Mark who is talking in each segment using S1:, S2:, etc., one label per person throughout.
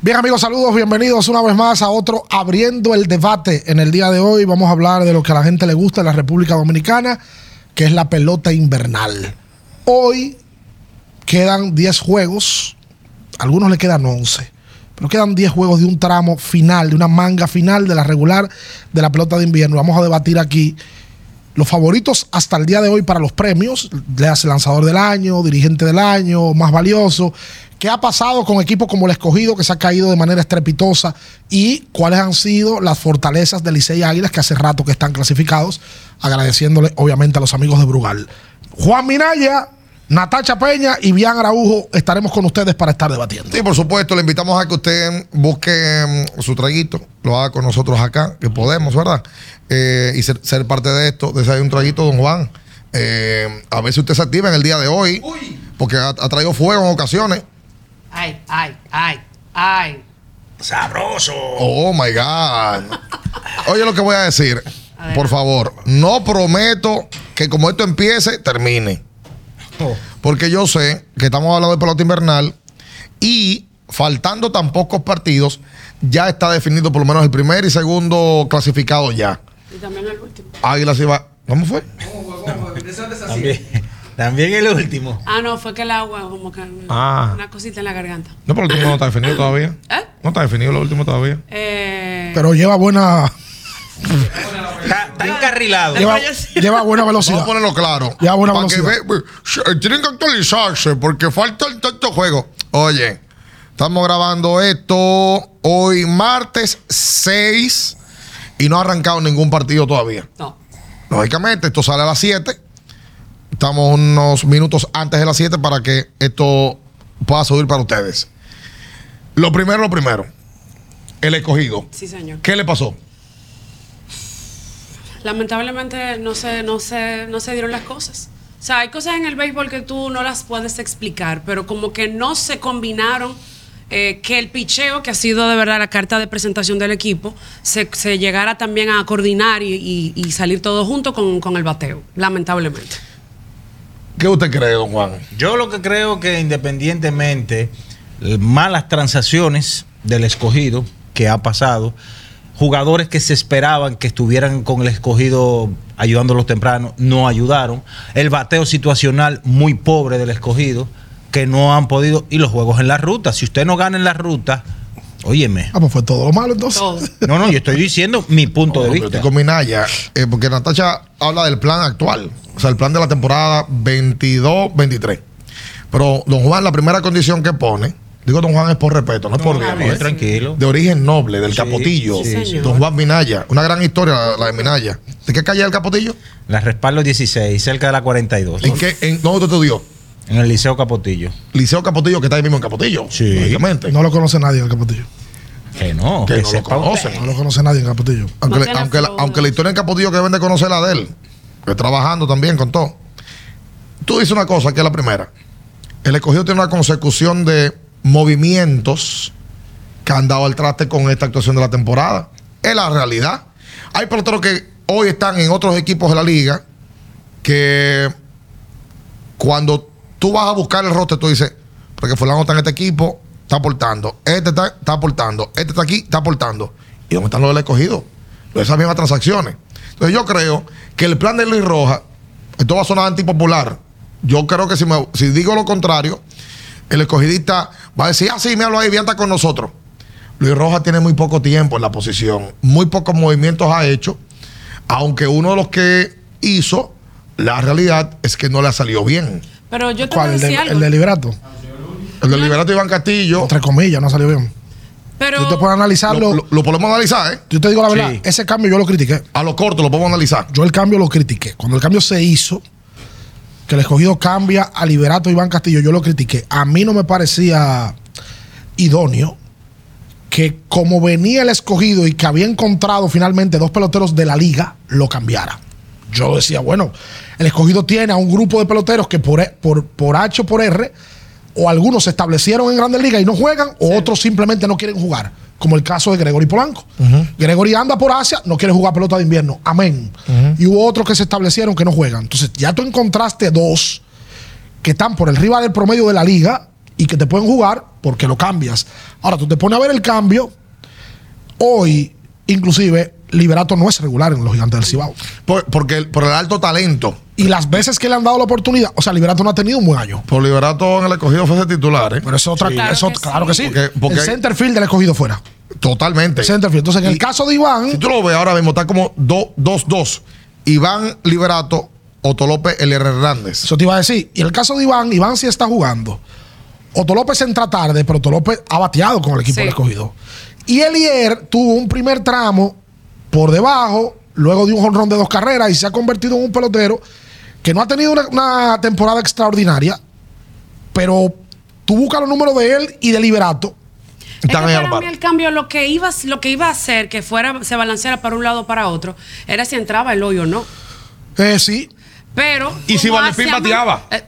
S1: Bien amigos, saludos, bienvenidos una vez más a otro Abriendo el Debate. En el día de hoy vamos a hablar de lo que a la gente le gusta en la República Dominicana, que es la pelota invernal. Hoy quedan 10 juegos, a algunos le quedan 11, pero quedan 10 juegos de un tramo final, de una manga final de la regular de la pelota de invierno. Vamos a debatir aquí los favoritos hasta el día de hoy para los premios, le hace lanzador del año, dirigente del año, más valioso. ¿Qué ha pasado con equipos como el escogido que se ha caído de manera estrepitosa? ¿Y cuáles han sido las fortalezas de Licey Águilas que hace rato que están clasificados? Agradeciéndole obviamente a los amigos de Brugal. Juan Minaya, Natacha Peña y Bian Araujo estaremos con ustedes para estar debatiendo.
S2: Sí, por supuesto, le invitamos a que usted busque mm, su traguito, lo haga con nosotros acá, que podemos, ¿verdad? Eh, y ser, ser parte de esto, de ese un traguito, don Juan. Eh, a ver si usted se activa en el día de hoy, porque ha, ha traído fuego en ocasiones.
S3: Ay, ay, ay, ay.
S2: Oh my God. Oye, lo que voy a decir,
S3: Adelante.
S2: por favor, no prometo que como esto empiece, termine. Porque yo sé que estamos hablando de pelota invernal y faltando tan pocos partidos, ya está definido por lo menos el primer y segundo clasificado ya.
S3: Y también el último.
S2: Águilas iba. ¿Cómo fue?
S4: También, también el último.
S3: Ah, no, fue que el agua, como que
S2: Ah.
S3: una cosita en la garganta.
S2: No, pero el último no está definido todavía.
S3: ¿Eh?
S2: No está definido lo último todavía.
S3: Eh,
S1: Pero lleva buena,
S4: Está, está encarrilado.
S3: Yo-
S1: lleva, lleva buena
S2: Vamos
S1: velocidad.
S2: a ponerlo claro.
S1: Ya, buena
S2: Para que
S1: velocidad.
S2: ve- eh, tienen que actualizarse porque falta el tanto juego. Oye, estamos grabando esto hoy martes 6 y no ha arrancado ningún partido todavía.
S3: no.
S2: Lógicamente, esto sale a las 7. Estamos unos minutos antes de las 7 para que esto pueda subir para ustedes. Lo primero, lo primero. El escogido.
S3: Sí, señor.
S2: ¿Qué le pasó?
S3: Lamentablemente no se, no, se, no se dieron las cosas. O sea, hay cosas en el béisbol que tú no las puedes explicar, pero como que no se combinaron, eh, que el picheo, que ha sido de verdad la carta de presentación del equipo, se, se llegara también a coordinar y, y- y salir todo junto con, con el bateo, lamentablemente.
S2: ¿Qué usted cree, don Juan?
S4: Yo lo que creo que independientemente eh, malas transacciones del escogido que ha pasado, jugadores que se esperaban que estuvieran con el escogido ayudándolos temprano, no ayudaron, el bateo situacional muy pobre del escogido, que no han podido, y los juegos en la ruta. Si usted no gana en la ruta, óyeme.
S1: Ah, pues fue todo lo malo entonces.
S3: Todo.
S4: No, no, yo estoy diciendo mi punto de
S2: No, pero
S4: vista.
S2: estoy con Minaya, eh, porque Natacha habla del plan actual, o sea, el plan de la temporada 22-23. Pero don Juan, la primera condición que pone, digo don Juan es por respeto, no es por
S4: No,
S2: bien,
S4: bien,
S2: ¿eh?
S4: pues, tranquilo.
S2: De origen noble, del
S4: Sí,
S2: Capotillo,
S3: sí, señor.
S2: don Juan Minaya, una gran historia la, la de Minaya. ¿De qué calle es el Capotillo?
S4: La respaldo 16, cerca de la 42.
S2: ¿En qué? En, ¿Dónde usted estudió?
S4: En el Liceo Capotillo.
S2: Liceo Capotillo, que está ahí mismo en Capotillo.
S4: Sí.
S2: lógicamente.
S1: No lo conoce nadie el Capotillo.
S4: Que no,
S2: que
S4: que,
S2: no lo
S4: sepa usted.
S2: conocen.
S1: No lo conoce nadie el Capotillo.
S2: Aunque,
S3: No
S2: le-
S3: tiene
S2: aunque la,
S3: flow,
S2: aunque la
S3: ¿no?
S2: historia en Capotillo que vende de conocer la de él, que trabajando también con todo. Tú dices una cosa que es la primera. El escogido tiene una consecución de movimientos que han dado al traste con esta actuación de la temporada. Es la realidad. Hay peloteros que hoy están en otros equipos de la liga que cuando tú vas a buscar el roster, tú dices, porque fulano está en este equipo, está aportando, este está, está aportando, este está aquí, está aportando. ¿Y dónde están los del escogido? Lo de Esas mismas transacciones. Entonces yo creo que el plan de Luis Rojas, esto va a sonar antipopular. Yo creo que si, me- si digo lo contrario, el escogidista va a decir, ah, sí, míralo ahí, bien está con nosotros. Luis Rojas tiene muy poco tiempo en la posición, muy pocos movimientos ha hecho aunque uno de los que hizo, la realidad es que no le salió bien.
S3: Pero yo te voy a
S1: ¿Cuál? ¿El,
S3: decir
S1: de,
S3: algo.
S1: el de Liberato?
S2: El del Liberato Iván Castillo,
S1: Entre comillas, no salió bien.
S3: pero,
S1: Yo te puedo
S2: lo,
S1: analizarlo.
S2: lo- lo podemos analizar, ¿eh?
S1: yo te digo la verdad,
S4: Sí.
S1: ese cambio yo lo critiqué.
S2: A lo corto lo podemos analizar.
S1: Yo el cambio lo critiqué. Cuando el cambio se hizo, que el escogido cambia a Liberato Iván Castillo, yo lo critiqué. A mí no me parecía idóneo que como venía el escogido y que había encontrado finalmente dos peloteros de la liga, lo cambiara. Yo decía, bueno, el escogido tiene a un grupo de peloteros que por, por, por H o por R o algunos se establecieron en Grandes Ligas y no juegan, o otros simplemente no quieren jugar, como el caso de Gregory Polanco. Gregory anda por Asia, no quiere jugar pelota de invierno, amén. Y hubo otros que se establecieron que no juegan. Entonces, ya tú encontraste dos que están por el rival del promedio de la liga y que te pueden jugar porque lo cambias. Ahora, tú te pones a ver el cambio. Hoy, inclusive, Liberato no es regular en los Gigantes del Cibao.
S2: Por, porque el- por el alto talento.
S1: Y las veces que le han dado la oportunidad, o sea, Liberato no ha tenido un buen año.
S2: Por Liberato en el escogido fue ese titular, ¿eh?
S1: Pero es otra,
S3: Claro
S1: es
S3: que
S1: otra-
S3: sí.
S1: claro que sí.
S2: Porque- porque-
S1: el center field le ha cogido fuera.
S2: Totalmente.
S1: El center field. Entonces, en
S2: Y-
S1: el caso de Iván,
S2: Si tú lo ves ahora mismo, está como 2-2. Iván Liberato, Otto López, L. Hernández.
S1: eso te iba a decir. Y el caso de Iván, Iván sí está jugando. Otto López entra tarde, pero Otto López ha bateado con el equipo
S3: Sí.
S1: del escogido. Y Elier tuvo un primer tramo por debajo, luego de un jonrón de dos carreras y se ha convertido en un pelotero que no ha tenido una, una temporada extraordinaria, pero tú buscas los números de él y de Liberato.
S3: Es que
S2: Están ahí a la
S3: para
S2: par.
S3: mí el cambio lo que iba lo que iba a hacer que fuera se balanceara para un lado o para otro era si entraba el hoyo o no
S1: Eh, sí,
S3: pero
S5: ¿Y si
S3: como
S5: Valepín
S3: hacíamos-
S5: bateaba?
S3: eh,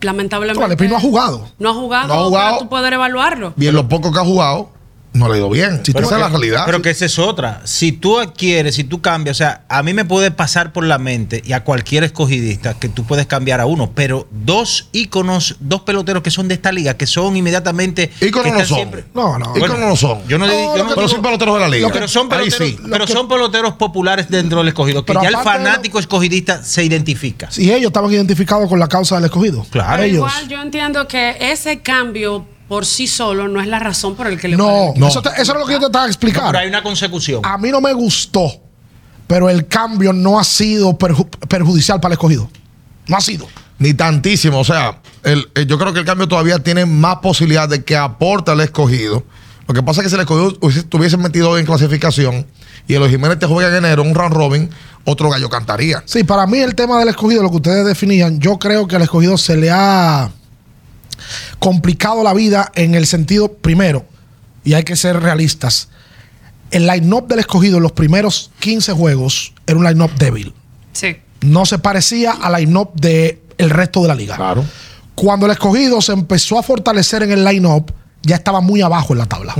S3: lamentablemente
S1: Valepín no ha jugado.
S3: no ha jugado
S2: No ha jugado.
S3: para tú poder evaluarlo
S2: Y en lo poco que ha jugado, no le ha ido bien.
S1: Sí,
S2: Esa
S1: pero-
S2: es la realidad.
S4: Pero que esa es otra. Si tú adquieres, si tú cambias, o sea, a mí me puede pasar por la mente y a cualquier escogidista que tú puedes cambiar a uno, pero dos íconos, dos peloteros que son de esta liga, que son inmediatamente.
S2: Íconos
S4: que están
S2: no son.
S1: No, no.
S2: Íconos no son.
S4: Yo no,
S1: No,
S4: digo- yo
S1: lo
S4: no
S1: que
S2: pero
S4: digo-
S2: son peloteros de la liga.
S1: Lo que-
S4: pero son
S2: Ahí
S4: peloteros,
S2: sí.
S4: pero
S1: que-
S4: son peloteros populares dentro del escogido, que
S1: Pero
S4: ya el
S1: aparte de lo-
S4: fanático escogidista se identifica.
S1: Si ellos estaban identificados con la causa del escogido.
S4: Claro.
S3: pero
S1: ellos.
S3: igual yo entiendo que ese cambio por sí solo no es la razón por el que le
S1: No,
S3: valen.
S1: Eso, te- eso es lo que yo te estaba
S4: No,
S1: explicando.
S4: pero hay una consecución.
S1: A mí no me gustó, pero el cambio no ha sido perju- perjudicial para el escogido. No ha sido.
S2: Ni tantísimo. O sea, el- el- yo creo que el cambio todavía tiene más posibilidad de que aporte al escogido. Lo que pasa es que si el escogido hubiese- tuviese metido hoy en clasificación y los Jiménez te juega en enero un round robin, otro gallo cantaría.
S1: Sí, para mí el tema del escogido, lo que ustedes definían, yo creo que al escogido se le ha complicado la vida en el sentido, primero, y hay que ser realistas, el line-up del escogido en los primeros 15 juegos era un line-up débil.
S3: sí
S1: no se parecía al line-up del resto de la liga.
S2: Claro.
S1: Cuando el escogido se empezó a fortalecer en el line-up, ya estaba muy abajo en la tabla.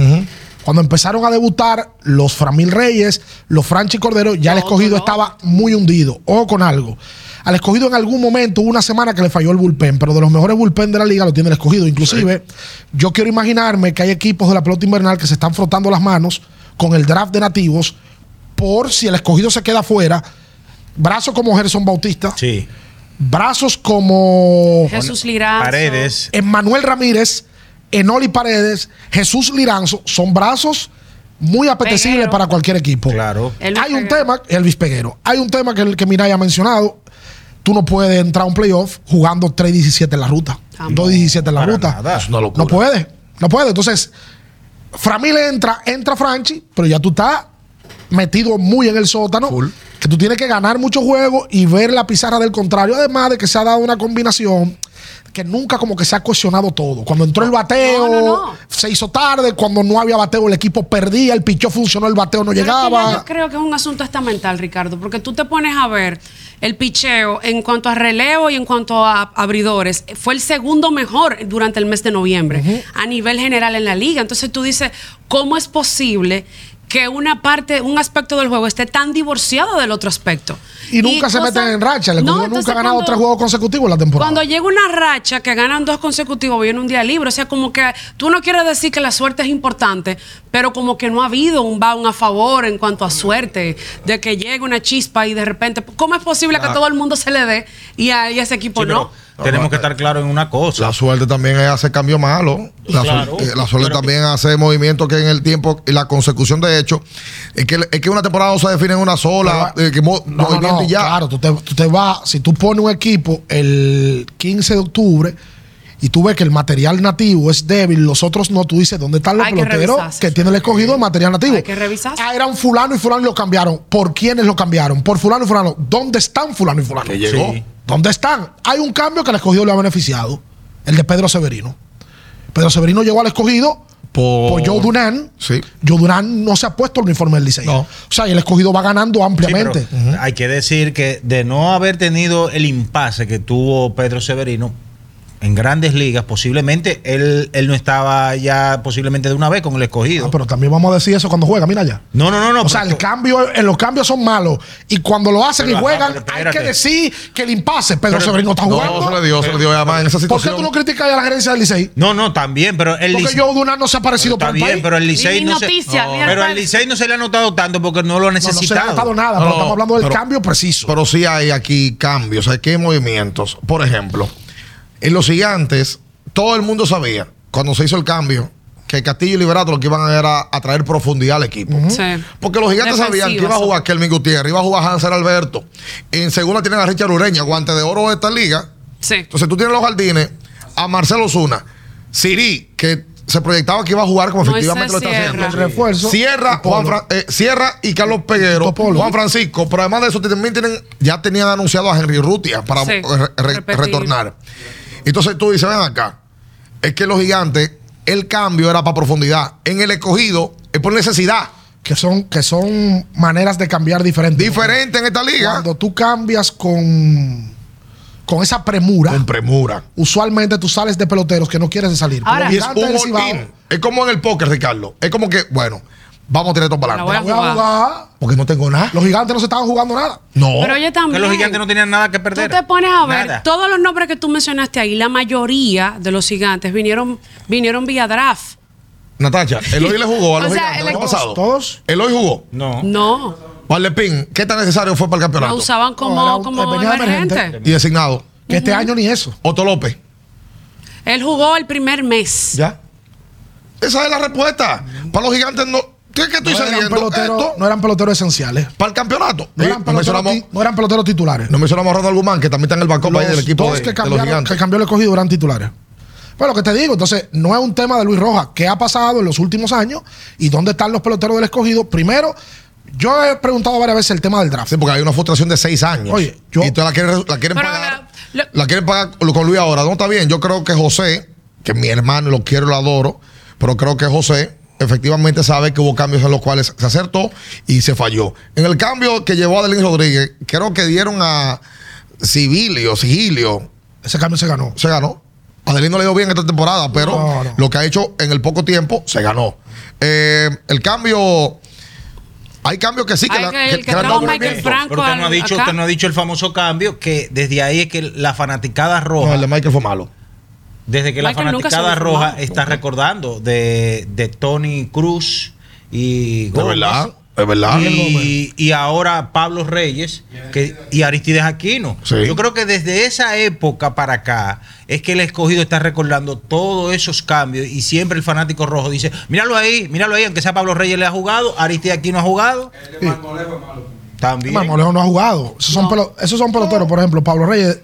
S1: Cuando empezaron a debutar los Framil Reyes, los Franchi Cordero, ya el
S3: No,
S1: escogido
S3: no.
S1: estaba muy hundido. Ojo con algo. Al escogido en algún momento hubo una semana que le falló el bullpen, pero de los mejores bullpen de la liga lo tiene el escogido. Inclusive, yo quiero imaginarme que hay equipos de la pelota invernal que se están frotando las manos con el draft de nativos por si el escogido se queda fuera. Brazos como Gerson Bautista,
S4: Sí.
S1: brazos como
S3: Jesús Lirazo
S4: Paredes.
S1: Emmanuel Ramírez, Enoli Paredes, Jesús Liranzo, son brazos muy apetecibles
S3: Peguero.
S1: para cualquier equipo.
S4: Claro.
S3: Elvis
S1: hay un
S3: Peguero.
S1: tema, Elvis Peguero, hay un tema que, que Miray ha mencionado. Tú no puedes entrar a un playoff jugando 3-17 en la ruta.
S3: Tampoco.
S1: 2-17 en la
S4: Para
S1: ruta.
S4: nada.
S2: Es una locura.
S1: No puede, no puede. Entonces, Framil entra, entra Franchi, pero ya tú estás metido muy en el sótano.
S2: Full.
S1: Que tú tienes que ganar muchos juegos y ver la pizarra del contrario. Además de que se ha dado una combinación que nunca como que se ha cuestionado todo. Cuando entró el bateo,
S3: No, no, no.
S1: se hizo tarde. Cuando no había bateo, el equipo perdía. El pichó funcionó, el bateo no
S3: Pero es que ya
S1: llegaba.
S3: Yo creo que es un asunto hasta mental, Ricardo, porque tú te pones a ver el picheo en cuanto a relevo y en cuanto a abridores. Fue el segundo mejor durante el mes de noviembre a nivel general en la liga. Entonces tú dices, ¿cómo es posible? que una parte, un aspecto del juego esté tan divorciado del otro aspecto.
S1: Y nunca se
S3: cosas-
S1: meten en racha. El
S3: No,
S1: escogido nunca
S3: entonces
S1: ha ganado
S3: cuando-
S1: tres juegos consecutivos en la temporada.
S3: cuando llega una racha que ganan dos consecutivos, viene un día libre. O sea, como que tú no quieres decir que la suerte es importante, pero como que no ha habido un va, un a favor en cuanto a suerte, de que llegue una chispa y de repente, ¿cómo es posible que todo el mundo se le dé y a, y a ese equipo
S4: Ah. Sí,
S3: Pues no?
S4: pero tenemos que estar claros en una cosa.
S2: La suerte también hace cambio malo. La,
S4: Claro.
S2: suerte, la suerte
S4: Pero-
S2: también hace movimientos que en el tiempo y la consecución de hecho es que, es que una temporada no se define en una sola.
S1: Pero-
S2: eh, que mo-
S1: No, no,
S2: movimiento
S1: no,
S2: y ya.
S1: claro, tú te, tú te vas, si tú pones un equipo el 15 de octubre y tú ves que el material nativo es débil, los otros no, tú dices, ¿dónde están los
S3: Hay que
S1: peloteros
S3: revisarse.
S1: que, tienen el escogido el material nativo?
S3: Hay que revisarse.
S1: Ah, eran fulano y fulano y lo cambiaron. ¿Por quiénes lo cambiaron? Por fulano y fulano. ¿Dónde están fulano y fulano?
S2: Que llegó.
S4: Sí.
S1: ¿Dónde están? Hay un cambio que el escogido le ha beneficiado, el de Pedro Severino. Pedro Severino llegó al escogido
S2: Por-
S1: por, Joe Dunan.
S2: Sí.
S1: Joe Dunan no se ha puesto el uniforme del Licey.
S2: No.
S1: O sea, y el escogido va ganando
S4: Sí, pero
S1: ampliamente.
S4: Hay que decir que de no haber tenido el impasse que tuvo Pedro Severino, en grandes ligas, posiblemente él, él no estaba ya posiblemente de una vez con el escogido.
S1: Ah, pero también vamos a decir eso cuando juega, mira ya.
S4: no, no, no, no.
S1: O sea, el
S4: pero-
S1: cambio, en los cambios son malos. Y cuando lo hacen
S4: Pero,
S1: y
S4: ajá,
S1: juegan,
S4: pero
S1: hay
S4: espérate.
S1: que decir que el impasse. Pedro
S4: Pero-
S1: Severino está
S2: No,
S1: jugando.
S2: se le dio, se le dio. Además, en esa
S1: ¿Por qué
S2: situación.
S1: tú no criticas a la gerencia del Licey?
S4: No, no, también, pero el
S1: Porque
S4: Licey-
S1: Joe Dunan no se ha parecido
S4: Está
S1: por el
S4: bien,
S1: país.
S4: pero el Licey
S3: Ni
S4: no se...
S3: noticia,
S4: No,
S3: ni al
S4: pero al
S3: país.
S4: Licey no se le ha notado tanto porque no lo ha
S1: No, no se
S4: necesitado.
S1: le ha notado nada,
S2: No,
S1: pero
S2: no,
S1: estamos hablando del
S2: pero-
S1: cambio preciso.
S2: Pero sí hay aquí cambios, aquí hay movimientos. Por ejemplo, en los gigantes, todo el mundo sabía, cuando se hizo el cambio, que Castillo y Liberato lo que iban a era a traer profundidad al equipo.
S3: Sí.
S2: Porque los gigantes sabían que
S3: Defensiva,
S2: iba a
S3: sí.
S2: jugar Kelvin Gutiérrez, iba a jugar Hanser Alberto. En segunda tienen a Richard Ureña, guante de oro de esta liga.
S3: Sí.
S2: Entonces tú tienes los jardines a Marcelo Zuna, Siri, que se proyectaba que iba a jugar como
S3: Moisés
S2: efectivamente lo está
S3: Sierra.
S2: haciendo.
S1: el refuerzo.
S2: Sierra,
S1: Polo.
S2: Juan Fran- eh, Sierra y Carlos Peguero,
S1: Topolo.
S2: Juan Francisco, pero además de eso también tienen, ya tenían anunciado a Henry Rutia para
S3: Sí,
S2: eh, re-
S3: repetir.
S2: retornar. Entonces tú dices, ven acá, es que los gigantes, el cambio era para profundidad. En el escogido es por necesidad.
S1: que, son, que son maneras de cambiar diferentes.
S2: Diferente en esta liga.
S1: Cuando tú cambias con, con esa premura,
S2: Con premura.
S1: usualmente tú sales de peloteros que no quieres salir.
S3: Ahora-
S1: Pero
S2: Y es
S1: Gigantes
S2: un
S1: del Cibao,
S2: botín. Es como en el póker, Ricardo. Es como que, bueno, vamos a tirar esto para
S3: La
S2: adelante.
S1: voy a jugar.
S2: Porque no tengo nada.
S1: Los gigantes no se estaban jugando nada.
S2: No.
S3: Pero oye,
S4: oh, Que
S3: también.
S4: los gigantes no tenían nada que
S3: Tú
S4: perder.
S3: te pones a ver
S4: Nada.
S3: todos los nombres que tú mencionaste ahí, la mayoría de los gigantes vinieron, vinieron vía draft.
S2: Natacha, Eloy le jugó a los
S3: O sea,
S2: gigantes el
S3: el
S2: año
S3: equipo-
S2: pasado.
S1: Todos.
S2: Eloy jugó.
S4: No.
S3: No,
S2: Valepín, ¿qué tan necesario fue para el
S3: la
S2: campeonato?
S3: usaban
S1: No, era
S3: como,
S1: un-
S3: como
S1: venía de emergente.
S3: emergente.
S2: Y designado.
S1: Que este año ni eso.
S2: Otto López.
S3: Él jugó el primer mes.
S2: ¿Ya? Esa es la respuesta. Para los gigantes no. ¿Qué es que
S1: No
S2: estoy
S1: eran,
S2: saliendo?
S1: peloteros,
S2: Esto,
S1: no eran peloteros esenciales.
S2: Para el campeonato.
S1: No
S2: Eh,
S1: eran
S2: no,
S1: peloteros,
S2: mencionamos,
S1: ti- no eran peloteros titulares.
S2: no mencionamos a Ronald Guzmán, que también está en el banco
S1: los
S2: país del equipo
S1: dos
S2: de,
S1: que,
S2: de los
S1: cambiaron,
S2: gigantes.
S1: que cambió el escogido eran titulares. Bueno, que te digo, entonces no es un tema de Luis Rojas. ¿Qué ha pasado en los últimos años y dónde están los peloteros del escogido? Primero, yo he preguntado varias veces el tema del draft.
S2: Sí, porque hay una frustración de seis años.
S1: Oye, yo-
S2: y todas la quieren, la quieren
S3: Pero
S2: pagar. La,
S3: la-
S2: quieren pagar con Luis ahora. No está bien. Yo creo que José, que es mi hermano, lo quiero y lo adoro, pero creo que José efectivamente sabe que hubo cambios en los cuales se acertó y se falló. En el cambio que llevó a Adelín Rodríguez, creo que dieron a Sibilio, Sigilio,
S1: Ese cambio se ganó.
S2: se ganó. Adelín no le dio bien esta temporada, pero
S1: No, no.
S2: lo que ha hecho en el poco tiempo se ganó. Eh, el cambio. Hay cambios que sí que,
S3: Hay
S2: la-
S3: que- el que
S2: la-
S3: trajo
S2: no,
S3: Michael
S2: bien.
S3: Franco
S4: Pero usted no, ha
S3: al-
S4: dicho,
S3: acá.
S4: usted no ha dicho el famoso cambio que desde ahí es que la fanaticada
S2: No,
S4: roja,
S2: el de Michael fue malo.
S4: desde que la
S3: Michael nunca se
S4: fanaticada
S3: uniformó.
S4: roja está recordando de, de Tony Cruz y
S2: De
S4: Gómez.
S2: verdad, de verdad.
S4: Y, y ahora Pablo Reyes que, y Aristides Aquino.
S2: Sí.
S4: Yo creo que desde esa época para acá es que el escogido está recordando todos esos cambios y siempre el fanático rojo dice, míralo ahí, míralo ahí, aunque sea Pablo Reyes le ha jugado, Aristides Aquino ha jugado. También.
S1: Marmolejo no ha jugado. Esos son,
S3: No.
S1: pelo- esos son peloteros, por ejemplo, Pablo Reyes.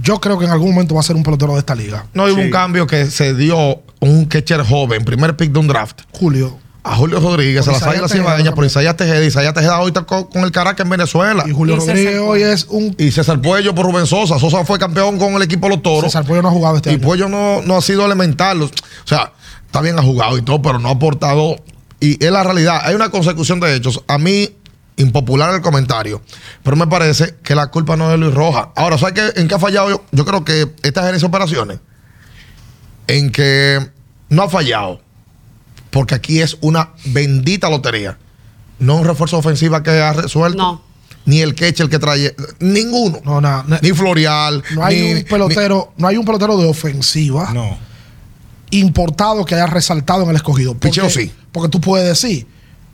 S1: Yo creo que en algún momento va a ser un pelotero de esta liga.
S2: No hubo un cambio que se dio un catcher joven, primer pick de un draft.
S1: Julio.
S2: A Julio Rodríguez,
S1: Por
S2: a las
S1: Isaiah
S2: Águilas
S1: Tejeda
S2: Cibaeñas, por
S1: también.
S2: Isaias Tejeda. Isaias Tejeda hoy está co- con, el Caracas en Venezuela.
S1: Y Julio
S3: Y César
S1: Rodríguez hoy
S3: Puello.
S1: es un.
S2: Y César Puello por Rubén Sosa. Sosa fue campeón con el equipo de Los Toros.
S1: César Puello no ha jugado este
S2: y
S1: año.
S2: Puello no, no ha sido elemental. O sea, está bien ha jugado y todo, pero no ha aportado. Y es la realidad. Hay una consecución de hechos. A mí, impopular el comentario, pero me parece que la culpa no es de Luis Roja. Ahora, ¿sabes qué? en qué ha fallado? Yo, yo creo que esta gerencia de operaciones, en que no ha fallado, porque aquí es una bendita lotería. No un refuerzo ofensiva que ha resuelto.
S3: No.
S2: Ni el catcher que trae. Ninguno.
S1: No, nada. No,
S2: Ni Florial.
S1: no hay
S2: ni-
S1: un pelotero, no hay un pelotero de ofensiva
S4: No.
S1: importado que haya resaltado en el escogido. Porque-
S2: Picheo sí.
S1: Porque tú puedes decir,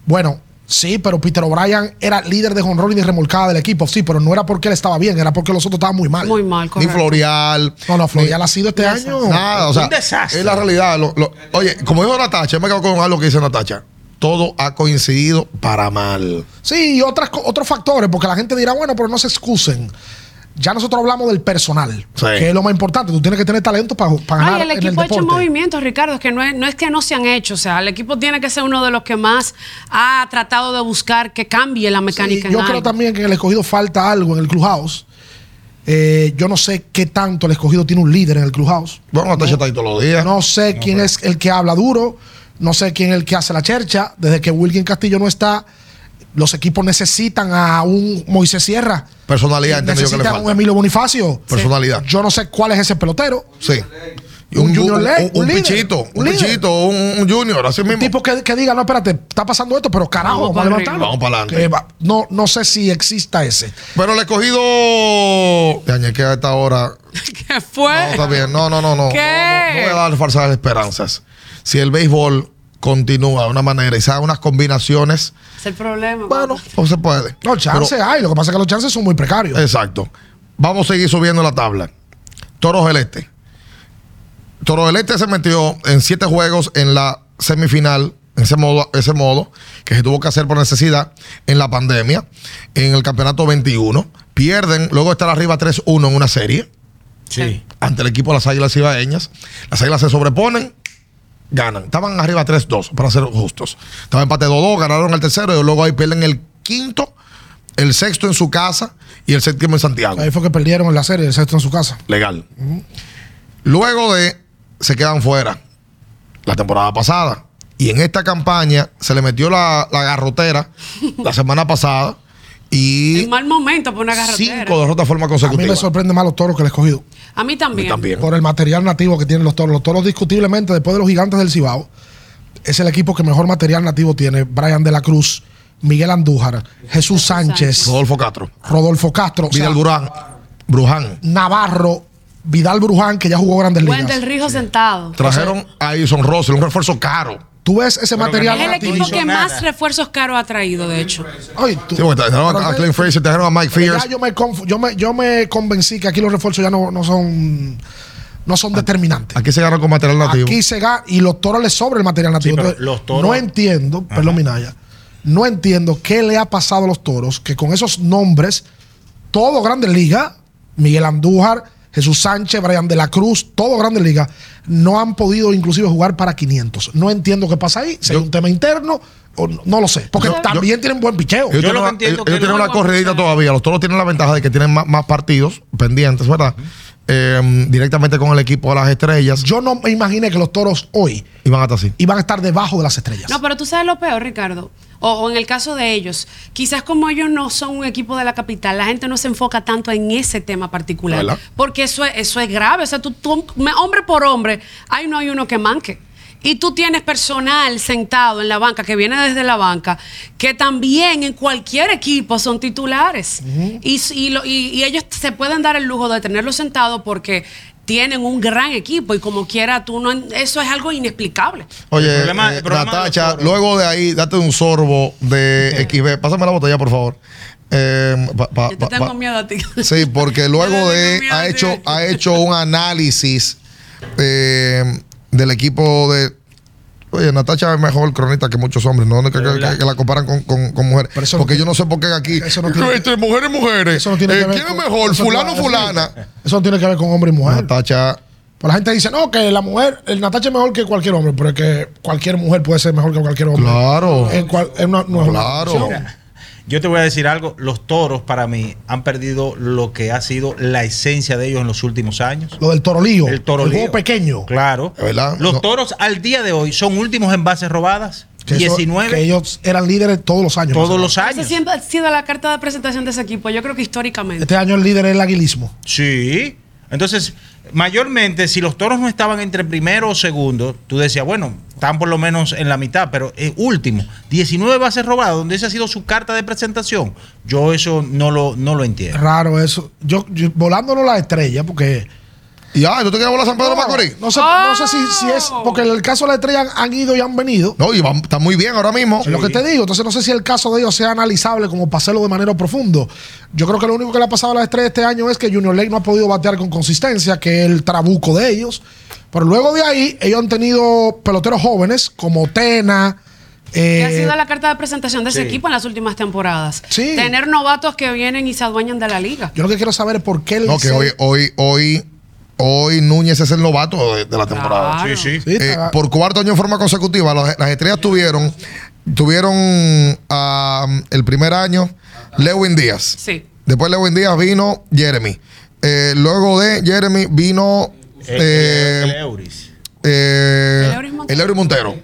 S1: bueno, sí, pero Peter O'Brien era líder de jonrón y de remolcada del equipo. Sí, pero no era porque él estaba bien, era porque los otros estaban muy mal.
S3: Muy mal,
S2: ni, ni
S3: correcto.
S2: Florial.
S1: No, no, Florial
S2: ni-
S1: ha sido este año.
S2: Nada, o sea,
S4: Un desastre.
S2: es la realidad. Lo- lo- oye, como dijo Natacha, yo me quedo con algo que dice Natacha. Todo ha coincidido para mal.
S1: Sí, y otras, co- otros factores, porque la gente dirá, bueno, pero no se excusen. Ya nosotros hablamos del personal,
S2: Sí.
S1: que es lo más importante. Tú tienes que tener talento para, para ganar
S3: Ay, el
S1: en el
S3: equipo ha hecho
S1: deporte.
S3: movimientos, Ricardo, que no es, no es que no se han hecho. O sea, el equipo tiene que ser uno de los que más ha tratado de buscar que cambie la
S1: Sí,
S3: mecánica. en
S1: yo creo
S3: algo.
S1: también que en el escogido falta algo en el clubhouse. Eh, yo no sé qué tanto el escogido tiene un líder en el clubhouse.
S2: Bueno, Natacha está ahí todos los días.
S1: No sé quién es el que habla duro, no sé quién es el que hace la chercha. Desde que Wilkin Castillo no está, los equipos necesitan a un Moisés Sierra.
S2: Personalidad, entiendo yo que le
S1: necesitan a un em-
S2: falta.
S1: Emilio Bonifacio.
S2: Personalidad.
S1: Yo no sé cuál es ese pelotero.
S2: Sí.
S1: Un junior leg,
S2: un,
S1: un líder,
S2: pichito, un,
S1: un líder.
S2: pichito, un, un junior, así mismo.
S1: Tipo que, que diga, no, espérate, está pasando esto, pero carajo, vamos, a
S3: Vamos para
S1: levantarlo.
S2: arriba. Vamos para adelante.
S1: Que va- No, no sé si exista ese.
S2: Pero el escogido. Yañez, que a esta hora.
S3: ¿Qué fue?
S2: No, está bien. No, no, no, no.
S3: ¿Qué?
S2: No, no, no voy a dar falsas esperanzas. Si el béisbol continúa de una manera y se hagan unas combinaciones,
S3: es el problema.
S2: bueno,
S3: papá.
S2: no se puede.
S1: No, chances hay, lo que pasa es que los chances son muy precarios.
S2: Exacto. Vamos a seguir subiendo la tabla. Toros del Este. Toros del Este se metió en siete juegos en la semifinal, en ese modo, ese modo, que se tuvo que hacer por necesidad en la pandemia, en el campeonato 21. Pierden, luego estar arriba 3-1 en una serie
S4: Sí.
S2: ante el equipo de las Águilas Ibaeñas. Las Águilas se sobreponen, ganan. Estaban arriba 3-2, para ser justos. Estaba empate 2-2, ganaron el tercero y luego ahí pierden el quinto, el sexto en su casa y el séptimo en Santiago.
S1: Ahí fue que perdieron la serie, el sexto en su casa.
S2: Legal. Luego de se quedan fuera la temporada pasada. Y en esta campaña se le metió la, la garrotera la semana pasada y
S3: En mal momento por una garrotera.
S2: cinco derrotas de forma
S1: A mí
S2: consecutiva.
S1: me sorprende más los toros que el escogido.
S3: A
S2: A
S3: mí
S2: mí
S3: también.
S2: también.
S1: Por el material nativo que tienen los toros. Los toros, discutiblemente, después de los gigantes del Cibao, es el equipo que mejor material nativo tiene. Brian de la Cruz, Miguel Andújar, Jesús Sánchez,
S2: Rodolfo Castro.
S1: Rodolfo Castro, o sea,
S2: Vidal Burán. Bruján.
S1: Navarro, Vidal Bruján, que ya jugó grandes ligas.
S3: Wendell Rijo sentado.
S2: Trajeron a Ison Russell, un refuerzo caro.
S1: Tú ves ese material
S3: Es el
S4: no
S1: nativo.
S3: equipo
S4: hizo
S3: que
S4: nada.
S3: más refuerzos caros ha traído, de hecho.
S1: Ay, tú-
S2: Sí, porque trajeron a,
S1: Pero
S2: a
S1: ve-
S2: Clint Fraser, trajeron a Mike
S1: Pero ya
S2: Fierce.
S1: yo me, conf- yo, me, yo me convencí que aquí los refuerzos ya no, no son no son determinantes.
S2: Aquí se ganó con material nativo.
S1: Aquí se gana y los toros les sobra el material nativo.
S4: pero
S1: Entonces,
S4: los toros-
S1: No entiendo, perdón, Minaya, no entiendo qué le ha pasado a los toros que con esos nombres, todo Grandes Ligas, Miguel Andújar, Jesús Sánchez, Brian de la Cruz, todo Grandes Ligas, no han podido inclusive jugar para 500. No entiendo qué pasa ahí. Si hay un tema interno, o no, no lo sé. Porque
S2: Yo- yo-
S1: también tienen buen picheo.
S2: Ellos
S4: Yo
S2: tienen
S4: lo que
S2: una-
S4: entiendo
S2: ellos-
S4: que
S2: ellos tienen
S4: luego
S2: una corridita
S3: vamos a-
S2: todavía. Los toros tienen la ventaja de que tienen más, más partidos pendientes, ¿verdad? Eh, directamente con el equipo de las estrellas.
S1: Yo no me imaginé que los toros hoy
S2: Y van hasta así.
S1: iban a estar debajo de las estrellas.
S3: No, pero tú sabes lo peor, Ricardo. O, o en el caso de ellos, quizás como ellos no son un equipo de la capital, la gente no se enfoca tanto en ese tema particular.
S2: ¿Verdad?
S3: Porque eso es, eso es grave. O sea, tú, tú- me- hombre por hombre, ahí no hay uno que manque. Y tú tienes personal sentado en la banca, que viene desde la banca, que también en cualquier equipo son titulares. y, s- y lo- y- y ellos se pueden dar el lujo de tenerlos sentados porque tienen un gran equipo y como quiera, tú no, en- eso es algo inexplicable.
S2: Oye,
S4: El problema-
S2: eh,
S4: el problema de los
S2: Natacha,
S4: toros.
S2: luego de ahí, date un sorbo de XB. Pásame la botella, por favor. Eh, pa- pa-
S3: Yo te
S2: pa-
S3: tengo
S2: pa-
S3: miedo a ti.
S2: Sí, porque luego
S3: Yo le
S2: de
S3: tengo miedo
S2: ha
S3: a ti.
S2: hecho, ha hecho un análisis eh, del equipo de. Oye, Natacha es mejor cronista que muchos hombres, ¿no? Que, que- que- que la comparan con, con- con mujeres.
S1: Pero eso no
S2: Porque
S1: tiene-
S2: yo no sé por qué aquí.
S1: eso no tiene-
S2: Este, mujeres, mujeres.
S1: Eso no tiene
S2: Eh,
S1: que ver
S2: ¿Quién
S1: con-
S2: es mejor?
S1: eso no-
S2: Fulano,
S1: eso-
S2: fulana.
S1: Eso no tiene que ver con hombre y mujer.
S2: Natacha.
S1: Pues la gente dice, no, que la mujer, el Natacha es mejor que cualquier hombre, pero es que cualquier mujer puede ser mejor que cualquier hombre.
S2: Claro.
S1: En cual- en una- no es una-
S2: Claro.
S4: Yo te voy a decir algo, los toros para mí han perdido lo que ha sido la esencia de ellos en los últimos años.
S1: Lo del torolío.
S4: El toro
S1: juego
S4: lío.
S1: pequeño.
S4: Claro.
S2: Es verdad,
S4: Los
S2: no.
S4: toros al día de hoy son últimos en bases robadas.
S1: Que eso-
S4: 19
S1: que ellos eran líderes todos los años.
S4: todos los
S3: Esa
S4: años.
S3: siempre ha sido la carta de presentación de ese equipo, yo creo que históricamente.
S1: Este año el líder es el aguilismo.
S4: Sí. Entonces, mayormente, si los toros no estaban entre primero o segundo, tú decías, bueno, están por lo menos en la mitad, pero eh, último, 19 bases robadas, donde esa ha sido su carta de presentación. Yo eso no lo, no lo entiendo.
S1: Raro eso. Yo, yo- volándonos la estrella, porque.
S2: Y ah, ¿tú te quieres volar a San Pedro Macorís?
S1: No sé, no sé si, si es.
S3: Oh.
S1: Porque en el caso de la estrella han, han ido y han venido.
S2: No, y va- está muy bien ahora mismo.
S1: Es lo que te digo. Entonces, no sé si el caso de ellos sea analizable como para hacerlo de manera profundo. Yo creo que lo único que le ha pasado a las estrellas este año es que Junior Lake no ha podido batear con consistencia, que es el trabuco de ellos. Pero luego de ahí, ellos han tenido peloteros jóvenes como Tena.
S3: Que ha
S1: eh,
S3: sido la carta de presentación de ese
S4: sí.
S3: equipo en las últimas temporadas.
S1: Sí.
S3: Tener novatos que vienen y se adueñan de la liga.
S1: Yo lo que quiero saber es por qué el
S2: No, que
S1: Licey-
S2: hoy, hoy, hoy, hoy Núñez es el novato de, de la temporada.
S3: Claro.
S1: Sí,
S2: Eh,
S1: está-
S2: por cuarto año en forma consecutiva, las, las estrellas tuvieron, tuvieron ah, el primer año Lewin Díaz.
S3: Sí.
S2: Después de Lewin Díaz vino Jeremy. Eh, luego de Jeremy vino
S4: El-
S2: eh,
S4: el Euris.
S2: eh,
S3: Eleuris Montero.
S2: Eleuris Montero,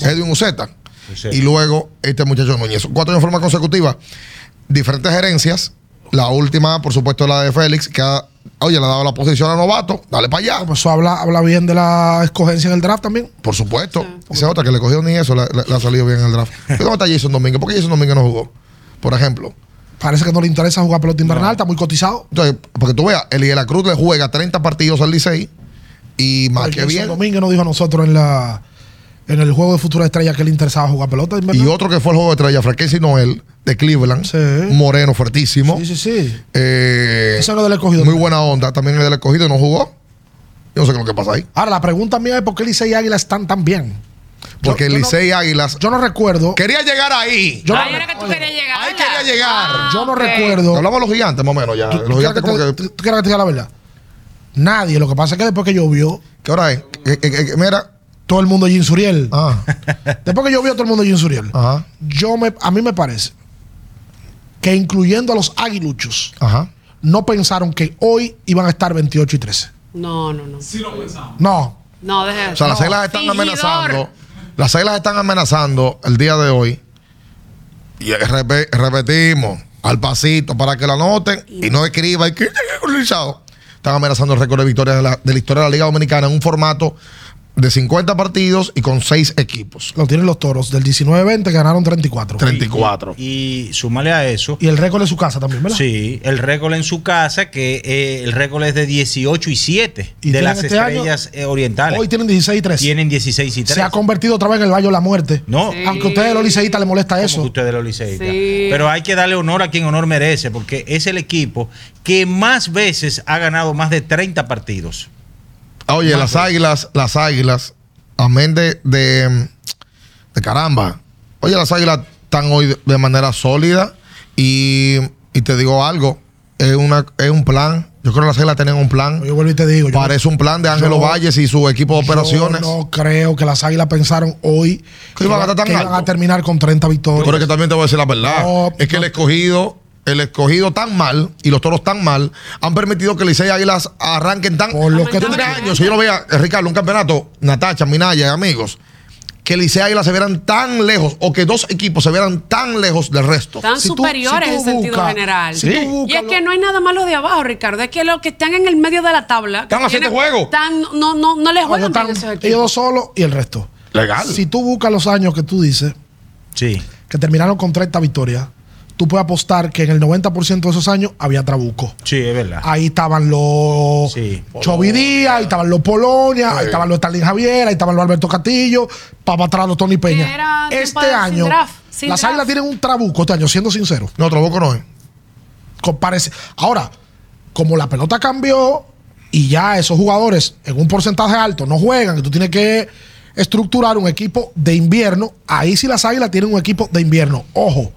S2: Edwin Uceta.
S4: Sí.
S2: y luego este muchacho Núñez. Cuatro años de forma consecutiva, diferentes gerencias. La última, por supuesto, la de Félix, que ha- oye, le ha dado la posición a Novato, dale para allá.
S1: Eso habla, habla bien de la escogencia en el draft también.
S2: Por supuesto. Esa otra que le cogió ni eso, le, le- le ha salido bien en el draft. ¿Y ¿Dónde está Jason Domínguez? ¿Por qué Jason Domínguez no jugó? Por ejemplo.
S1: Parece que no le interesa jugar pelota invernal, está muy cotizado.
S2: Entonces, porque tú veas, Eliel La Cruz le juega 30 partidos al Licey y más que
S1: Pues Jason
S2: bien.
S1: Domínguez nos dijo a nosotros en la en el juego de Futura Estrella que le interesaba jugar pelota invernal.
S2: Y otro que fue el juego de estrella, Frankensi Noel, de Cleveland.
S1: Sí.
S2: Moreno, fuertísimo.
S1: Sí, sí, sí.
S2: Eh,
S1: Ese no del escogido.
S2: Muy buena onda. También el del escogido no jugó. Yo no sé qué es lo que pasa ahí.
S1: Ahora, la pregunta mía es por qué Licey y Águila están tan bien.
S2: Porque
S1: yo
S2: el Licey Águilas
S1: Yo no recuerdo.
S2: quería llegar ahí.
S1: Yo no
S3: Ahí era que tú querías llegar. Ah,
S2: Ahí quería llegar.
S1: Yo no
S3: ok.
S1: recuerdo.
S2: Hablamos de los gigantes más o menos ya.
S1: ¿Tú,
S2: Los
S1: tú quieres que
S2: gigantes como
S1: te,
S2: que...
S1: tú- tú quieres que te diga la verdad? Nadie. Lo que pasa es que después que llovió,
S2: ¿Qué hora es? Eh, eh, eh, mira.
S1: todo el mundo Jim Suriel.
S2: Ah,
S1: Después que llovió, todo el mundo Jim Suriel.
S2: ajá,
S1: Yo me, a mí me parece que incluyendo a los aguiluchos,
S2: ajá.
S1: no pensaron que hoy iban a estar 28 y 13.
S3: No, no, no.
S1: No.
S3: No, deja
S2: O sea, las
S3: no.
S2: águilas están
S3: Fingidor.
S2: amenazando. Las águilas están amenazando el día de hoy. Y repe- repetimos, al pasito para que lo anoten y no escriba. Y que Luisao. están amenazando el récord de victorias de la, de la historia de la Liga Dominicana en un formato de 50 partidos y con 6 equipos.
S1: Lo tienen los toros. Del 19-20 ganaron 34.
S2: 34.
S4: Y súmale a eso.
S1: Y el récord de su casa también, ¿verdad?
S4: Sí, el récord en su casa, que eh, el récord es de 18 y 7
S1: ¿Y
S4: de
S1: tienen
S4: las
S1: este
S4: estrellas eh, orientales.
S1: Hoy tienen 16 y 13.
S4: tienen 16 y 3.
S1: Se ha convertido otra vez en el Valle de la Muerte.
S4: no,
S3: Sí.
S4: como
S1: Aunque a ustedes los liceístas les molesta
S4: que
S1: eso.
S4: ustedes lo liceístas.
S3: Sí.
S4: Pero hay que darle honor a quien honor merece, porque es el equipo que más veces ha ganado más de 30 partidos.
S2: Ah, Oye, las águilas, las águilas, amén de, de, de caramba. Oye, las águilas están hoy de- de manera sólida y, y te digo algo, es, una, es un plan. Yo creo que las águilas tenían un plan.
S1: Yo vuelvo y te digo. yo-
S2: Parece un plan de Ángelo
S1: yo-
S2: Valles y su equipo de
S1: yo
S2: operaciones.
S1: no creo que las águilas pensaron hoy
S2: Que iban a estar tan
S1: que iban a
S2: alto.
S1: terminar con 30 victorias.
S2: Pero es que también te voy a decir la verdad.
S1: No,
S2: es que
S1: no.
S2: el escogido, el escogido tan mal y los toros tan mal, han permitido que Licey y Águilas arranquen tan.
S1: Por lo que
S2: Yo
S1: tú-
S2: tenía años, si yo no veía, eh, Ricardo, un campeonato, Natacha, Minaya, amigos, que Licey y Águilas se vieran tan lejos o que dos equipos se vieran tan lejos del resto.
S3: Tan
S1: Si tú-
S3: superiores
S1: si tú
S3: en sentido
S1: buscas-
S3: general.
S1: si tú Sí.
S3: Y
S1: buscas
S3: es
S1: lo-
S3: que no hay nada malo de abajo, Ricardo. Es que los que están en el medio de la tabla. que
S2: Están haciendo
S3: tienen-
S2: juego.
S3: están- no, no, no les
S1: No, ellos,
S3: juegan bien
S1: están-
S3: esos equipos.
S1: ellos dos solos y el resto.
S2: Legal.
S1: Si tú buscas los años que tú dices
S4: Sí.
S1: que terminaron con 30 victorias, tú puedes apostar que en el 90% de esos años había trabuco.
S4: Sí, es verdad.
S1: Ahí estaban los
S4: Sí.
S1: Chovidía, ahí estaban los Polonia, ahí estaban los Stalin Javier, ahí estaban los Alberto Castillo, para atrás los Tony
S3: Que
S1: Peña.
S3: era
S1: Este
S3: tiempo de- sin
S1: año,
S3: draft, sin
S1: las
S3: draft.
S1: águilas tienen un trabuco este año, siendo sincero.
S2: No, Trabuco no es.
S1: Co- parece- Ahora, como la pelota cambió y ya esos jugadores en un porcentaje alto no juegan, y tú tienes que estructurar un equipo de invierno, ahí sí las águilas tienen un equipo de invierno. Ojo,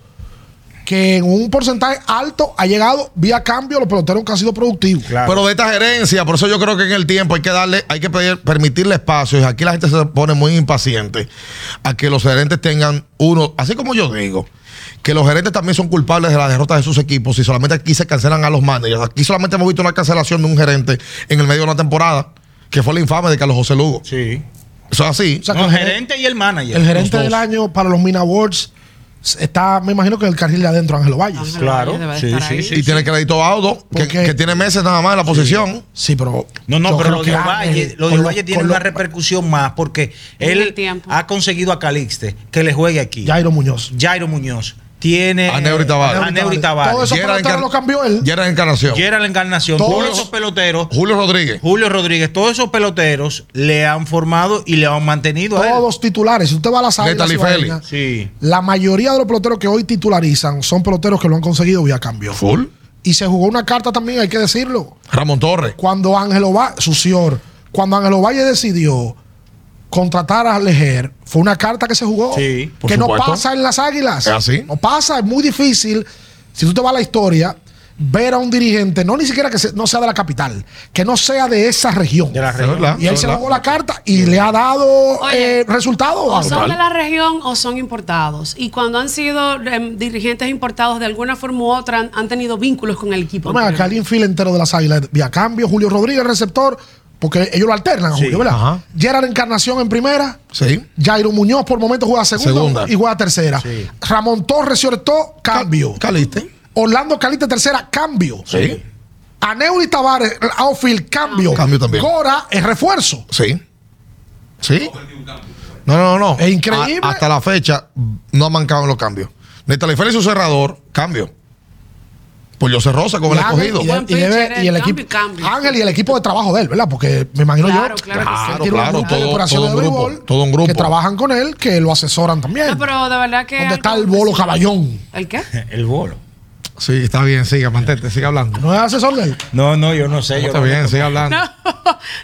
S1: que en un porcentaje alto ha llegado vía cambio los peloteros que han sido productivos.
S4: Claro.
S2: Pero de esta gerencia, por eso yo creo que en el tiempo hay que darle, hay que pedir- permitirle espacios. Aquí la gente se pone muy impaciente a que los gerentes tengan uno, así como yo digo, que los gerentes también son culpables de la derrota de sus equipos y solamente aquí se cancelan a los managers. Aquí solamente hemos visto una cancelación de un gerente en el medio de una temporada, que fue la infame de Carlos José Lugo.
S4: sí.
S2: Eso es así.
S1: O sea, que
S4: No,
S1: el
S4: el
S1: gerente-
S4: gerente y el manager.
S1: El gerente
S4: los
S1: del
S4: dos.
S1: año para los Mina Awards está, me imagino que en el carril de adentro, Ángelo Valles.
S3: Ángel
S4: claro,
S3: Valle debe
S4: sí,
S3: estar
S4: sí,
S3: ahí.
S4: sí.
S2: y tiene crédito a Aldo, que,
S1: Porque-
S2: que tiene meses nada más en la posición.
S1: Sí, pero.
S4: No, no,
S1: yo
S4: pero
S1: creo
S4: lo
S1: que
S4: de
S1: Ángel,
S4: Valle, lo
S1: con
S4: de
S1: lo-
S4: Valle tiene
S1: con lo-
S4: una repercusión más porque
S3: En el
S4: él
S3: tiempo.
S4: ha conseguido a Calixte que le juegue aquí.
S1: Jairo Muñoz.
S4: Jairo Muñoz. Tiene eh,
S2: A Neuri Tavares.
S4: A Neuri
S1: Todo
S4: Tavares.
S1: eso-
S2: Gerard
S1: peloteros
S2: Encar-
S1: lo cambió él.
S2: Gerard Encarnación.
S4: Gerard la encarnación.
S1: Todos
S4: Todos,
S1: esos-
S4: esos peloteros.
S2: Julio Rodríguez.
S4: Julio Rodríguez. Todos esos peloteros le han formado y le han mantenido a él.
S1: Todos titulares. Si usted va a las águilas
S2: Natalie
S1: ibaeñas,
S2: Félix.
S4: Sí.
S1: la mayoría de los peloteros que hoy titularizan son peloteros que lo han conseguido vía cambio.
S2: Full.
S1: Y se jugó una carta también, hay que decirlo.
S2: Ramón Torres.
S1: Cuando Ángelo Valle, su señor, cuando Ángelo Valle decidió contratar a Lejer, fue una carta que se jugó.
S4: Sí, Ah,
S2: por
S1: que no
S2: supuesto.
S1: pasa en las águilas.
S2: ¿Es así?
S1: No pasa, es muy difícil. Si tú te vas a la historia, ver a un dirigente, no ni siquiera que se- no sea de la capital, que no sea de esa región.
S4: De la
S2: Es verdad,
S1: y él
S2: es
S1: se
S2: verdad.
S1: jugó la carta y le ha dado
S3: Oye,
S1: eh, resultados.
S3: O son
S2: Total.
S3: de la región o son importados. Y cuando han sido em, dirigentes importados de alguna forma u otra, han, han tenido vínculos con el equipo.
S1: Toma, acá el infiel entero de las águilas. Vía cambio, Julio Rodríguez, receptor, Porque ellos lo alternan a
S4: Sí,
S1: Julio, ¿verdad?
S2: ajá.
S1: Gerard Encarnación en primera.
S2: Sí.
S1: Jairo Muñoz por momento juega segunda,
S2: Segunda.
S1: y juega tercera.
S4: Sí.
S1: Ramón Torres cierto cambio.
S2: Caliste.
S1: Orlando Caliste tercera, cambio.
S2: Sí. Ah,
S1: Aneuri Tavares, outfield, cambio.
S2: Cambio también.
S1: Cora es refuerzo.
S2: Sí. Sí. No, no, no.
S1: Es increíble.
S2: A- hasta la fecha no ha mancado en los cambios. Néstor Félix, su cerrador, cambio. Pues yo Rosa con el
S1: Y Ángel,
S2: escogido.
S1: y
S3: Buen
S1: de- y debe-
S3: pitcher,
S1: y el
S3: cambio
S1: equipo
S3: y cambio.
S1: Ángel y el equipo de trabajo de él, ¿verdad? Porque me imagino
S3: Claro,
S1: yo
S3: claro que sí.
S1: él tiene
S2: Claro,
S1: un grupo de
S2: todo-
S1: operaciones
S2: todo un
S1: de
S2: grupo,
S1: béisbol
S2: todo un grupo.
S1: que trabajan con él, que lo asesoran también.
S3: No, pero de verdad que.
S1: ¿Dónde
S3: algo-
S1: está el bolo caballón?
S3: ¿El qué?
S4: El bolo.
S2: Sí, está bien, siga, mantente, siga hablando.
S1: ¿No es asesor de él?
S4: No, no, yo no sé. Yo
S2: Está
S4: no-
S2: bien, siga hablando.
S3: No,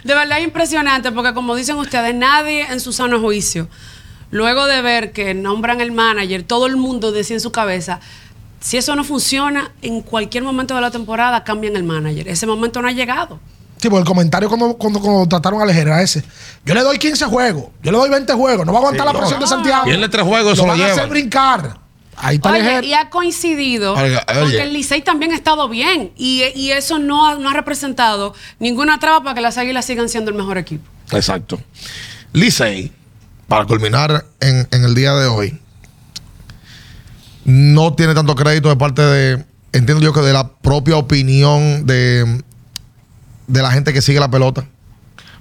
S3: de verdad es impresionante porque como dicen ustedes, nadie en su sano juicio, luego de ver que nombran el manager, todo el mundo decía en su cabeza, si eso no funciona, en cualquier momento de la temporada cambian el manager. Ese momento no ha llegado.
S1: Sí, porque el comentario cuando, cuando, contrataron al Ejera ese. Yo le doy 15 juegos, yo le doy 20 juegos, no va a aguantar la presión de Santiago.
S2: Pierde tres juegos, eso
S1: lo
S2: lo
S1: van a hacer
S2: llevan.
S1: brincar. Ahí está el
S3: Oye,
S1: Ejera.
S3: y ha coincidido
S2: Oiga, oye.
S3: porque el Licey también ha estado bien y, y eso no ha, no ha representado ninguna traba para que las Águilas sigan siendo el mejor equipo.
S2: Exacto. Licey, para culminar en, en el día de hoy, no tiene tanto crédito de parte de, entiendo yo que de la propia opinión de, de la gente que sigue la pelota.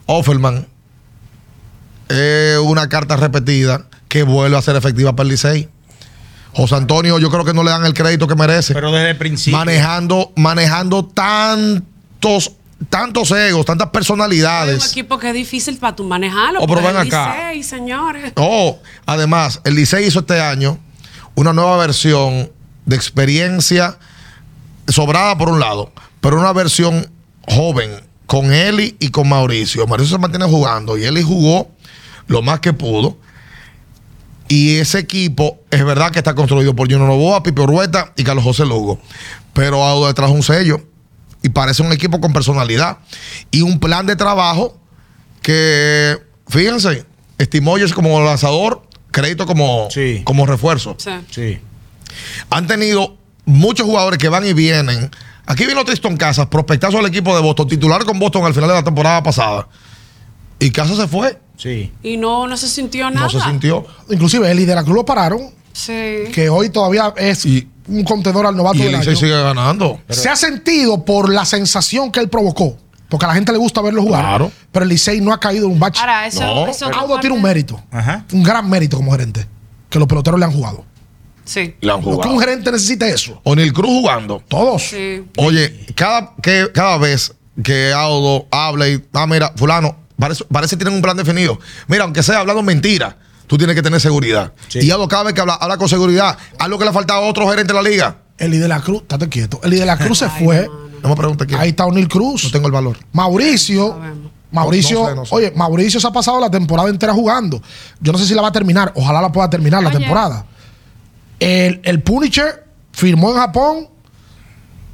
S2: Offerman es una carta repetida que vuelve a ser efectiva para el Licey. José Antonio, yo creo que no le dan el crédito que merece
S4: Pero desde el principio.
S2: manejando,
S3: eh.
S2: manejando tantos, tantos egos, tantas
S3: Es un
S2: personalidades.
S3: equipo que es difícil para tu manejarlo.
S2: Ah, Oh, pero
S3: porque
S2: ven
S3: el
S2: acá.
S3: Licey, señores.
S2: Oh, además, el Licey hizo este año una nueva versión de experiencia sobrada por un lado, pero una versión joven con Eli y con Mauricio. Mauricio se mantiene jugando y Eli jugó lo más que pudo. Y ese equipo es verdad que está construido por Juno Novoa, Pipe Urueta y Carlos José Lugo. Pero Audo detrás un sello y parece un equipo con personalidad y un plan de trabajo que, fíjense, Stimoyes como lanzador, crédito como,
S4: Sí.
S2: como refuerzo.
S3: O sea,
S4: Sí.
S2: Han tenido muchos jugadores que van y vienen. Aquí vino Tristan Casas, prospectazo al equipo de Boston, titular con Boston al final de la temporada pasada. Y Casas se fue,
S4: Sí.
S3: Y no, no se sintió nada.
S2: no se sintió.
S1: Inclusive el líder lo pararon,
S3: Sí.
S1: que hoy todavía es
S2: Y-
S1: un contendor al novato
S2: Y
S1: del
S2: el
S1: año.
S2: Licey sigue ganando.
S1: Se ha sentido por la sensación que él provocó. Porque a la gente le gusta verlo jugar.
S2: Claro.
S1: Pero el Licey no ha caído en un bache.
S3: Ahora, eso,
S2: No,
S3: eso
S1: Audo
S3: aparte-
S1: tiene un mérito.
S4: Ajá.
S1: Un gran mérito como gerente. Que los peloteros le han jugado.
S3: Sí.
S2: La han
S1: Lo que un gerente necesita es eso.
S2: O'Neill Cruz jugando.
S1: Todos.
S3: Sí.
S2: Oye, cada, que, cada vez que Aldo habla y, ah, mira, fulano, parece, parece que tienen un plan definido. Mira, aunque sea hablando mentira, tú tienes que tener seguridad.
S4: Sí.
S2: Y Aldo cada vez que habla, habla con seguridad, algo que le faltaba a otro gerente de la liga.
S1: Eli de la Cruz, estate quieto. Eli de la Cruz se
S3: Ay,
S1: fue.
S3: mano.
S2: No me preguntes quién.
S1: Ahí está O'Neill Cruz.
S2: No tengo el valor.
S1: Mauricio.
S3: Sabemos.
S1: Mauricio,
S2: No sé, no sé.
S1: oye, Mauricio se ha pasado la temporada entera jugando. Yo no sé si la va a terminar. Ojalá la pueda terminar la
S3: Oye.
S1: temporada. El, el Punisher firmó en Japón,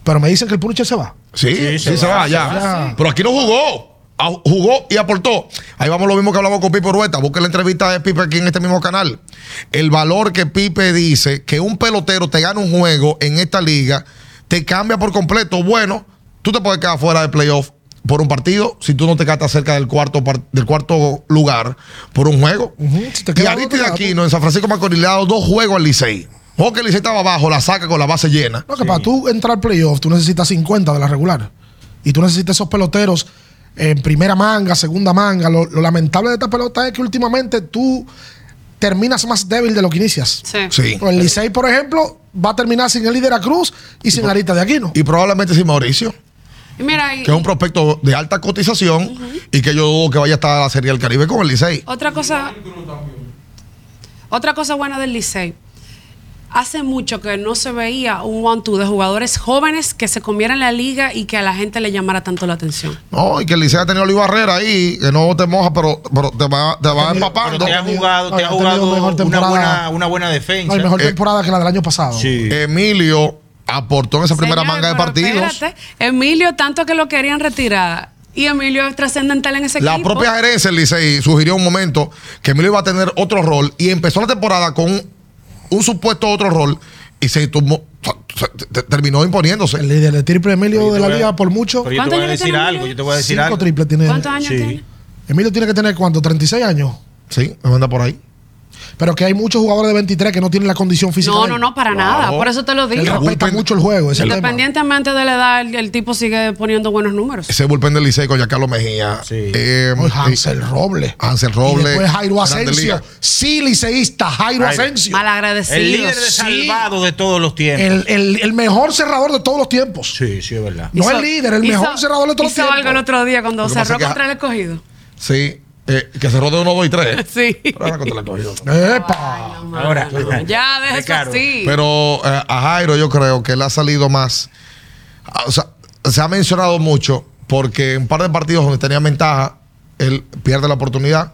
S1: pero me dicen que el Punisher se va.
S2: Sí, sí, se, va, ya.
S1: va.
S2: Pero aquí no jugó. Ah, Jugó y aportó. Ahí vamos lo mismo que hablamos con Pipe Rueta. Busque la entrevista de Pipe aquí en este mismo canal. El valor que Pipe dice que un pelotero te gana un juego en esta liga, te cambia por completo. Bueno, tú te puedes quedar fuera de playoff por un partido si tú no te quedas cerca del cuarto, par- del cuarto lugar por un juego.
S1: Ujú, si te
S2: y
S1: queda pues,
S2: Aristides
S1: otro lado.
S2: Aquino en San Francisco Macorís le ha dado dos juegos al Licey. Juego que el Licey estaba abajo, la saca con la base llena.
S1: No, que para tú entrar al playoff, tú necesitas 50 de la regular. Y tú necesitas esos peloteros en primera manga, segunda manga. Lo, lo lamentable de esta pelota es que últimamente tú terminas más débil de lo que inicias.
S3: Sí.
S2: Sí.
S1: Pues el Licey, por ejemplo, va a terminar sin el líder a Cruz y sin Arita de Aquino.
S2: Y probablemente sin Mauricio.
S3: Y mira, y-
S2: que es un prospecto de alta cotización y que yo dudo que vaya a estar a la Serie del Caribe con el Licey.
S3: otra cosa. Otra cosa buena del Licey. Hace mucho que no se veía un one-two de jugadores jóvenes que se comieran la liga y que a la gente le llamara tanto la atención.
S2: No, y que el Licey ha tenido a Luis Barrera ahí, que no te moja, pero, pero te va, te va
S4: Pero
S2: empapando.
S4: te ha
S1: tenido-
S4: jugado, te
S1: ha
S4: ha
S1: tenido mejor
S4: jugado una
S1: temporada.
S4: buena, una buena
S1: No,
S4: defensa.
S1: hay mejor
S2: Eh,
S1: temporada que la del año pasado.
S4: Sí.
S2: Emilio aportó en esa primera
S3: Señores,
S2: manga de
S3: pero
S2: partidos.
S3: espérate, Emilio, tanto que lo querían retirar. Y Emilio es trascendental en ese
S2: La
S3: este equipo.
S2: propia gerencia del Licey sugirió un momento que Emilio iba a tener otro rol y empezó la temporada con un, un supuesto otro rol y se tumbó- se- te- te- terminó imponiéndose.
S1: El líder de triple Emilio
S4: Pero yo
S1: de
S4: te
S1: la
S4: voy a-
S1: liga por mucho.
S4: Pero yo te
S3: ¿Cuántos
S4: voy a
S3: años
S4: decir
S3: tiene
S4: algo,
S3: Emilio?
S4: yo te voy a decir
S1: Cinco
S4: algo.
S1: triples tiene.
S3: ¿Cuántos años
S4: Sí.
S3: tiene?
S1: Emilio tiene que tener cuánto, 36 años.
S2: Sí, anda por ahí.
S1: Pero que hay muchos jugadores de 23 que no tienen la condición física.
S3: No,
S1: de
S3: no,
S1: él.
S3: no, para nada. Por eso te lo
S1: Él
S3: digo.
S2: Raúl
S1: respeta
S2: Pérez-
S1: mucho el juego. ese es el tema.
S3: Independientemente de la edad, el, el tipo sigue poniendo buenos números.
S2: Ese bullpen del Licey con Giancarlo Mejía.
S4: Sí.
S2: eh,
S1: Oh, Hansel Robles.
S2: Hansel
S1: Y
S2: Robles.
S1: después Jairo
S2: Grandes
S1: Asensio.
S2: Ligas.
S1: Sí, liceísta, Jairo
S4: Jairo.
S1: Asensio.
S3: Malagradecidos.
S4: El líder de
S1: Sí.
S4: salvado de todos los tiempos.
S1: El, el- el mejor cerrador de todos los tiempos.
S4: Sí, sí, es verdad.
S1: No
S3: Hizo-
S1: el líder, el
S3: hizo-
S1: mejor cerrador de todos los
S3: Hizo algo el
S1: tiempos.
S3: otro día cuando
S2: Lo que pasa
S3: cerró
S2: es que-
S3: contra el escogido.
S2: Sí, eh, que cerró de 1, 2 y 3.
S3: Sí.
S2: Pero ahora contra el escogido.
S1: Epa.
S3: Ay, no,
S4: Ahora.
S3: mano. ya, deja eso
S4: Ricardo,
S3: así.
S2: Pero eh, a Jairo yo creo que él ha salido más. ah, O sea, se ha mencionado mucho porque en un par de partidos donde tenía ventaja, él pierde la oportunidad.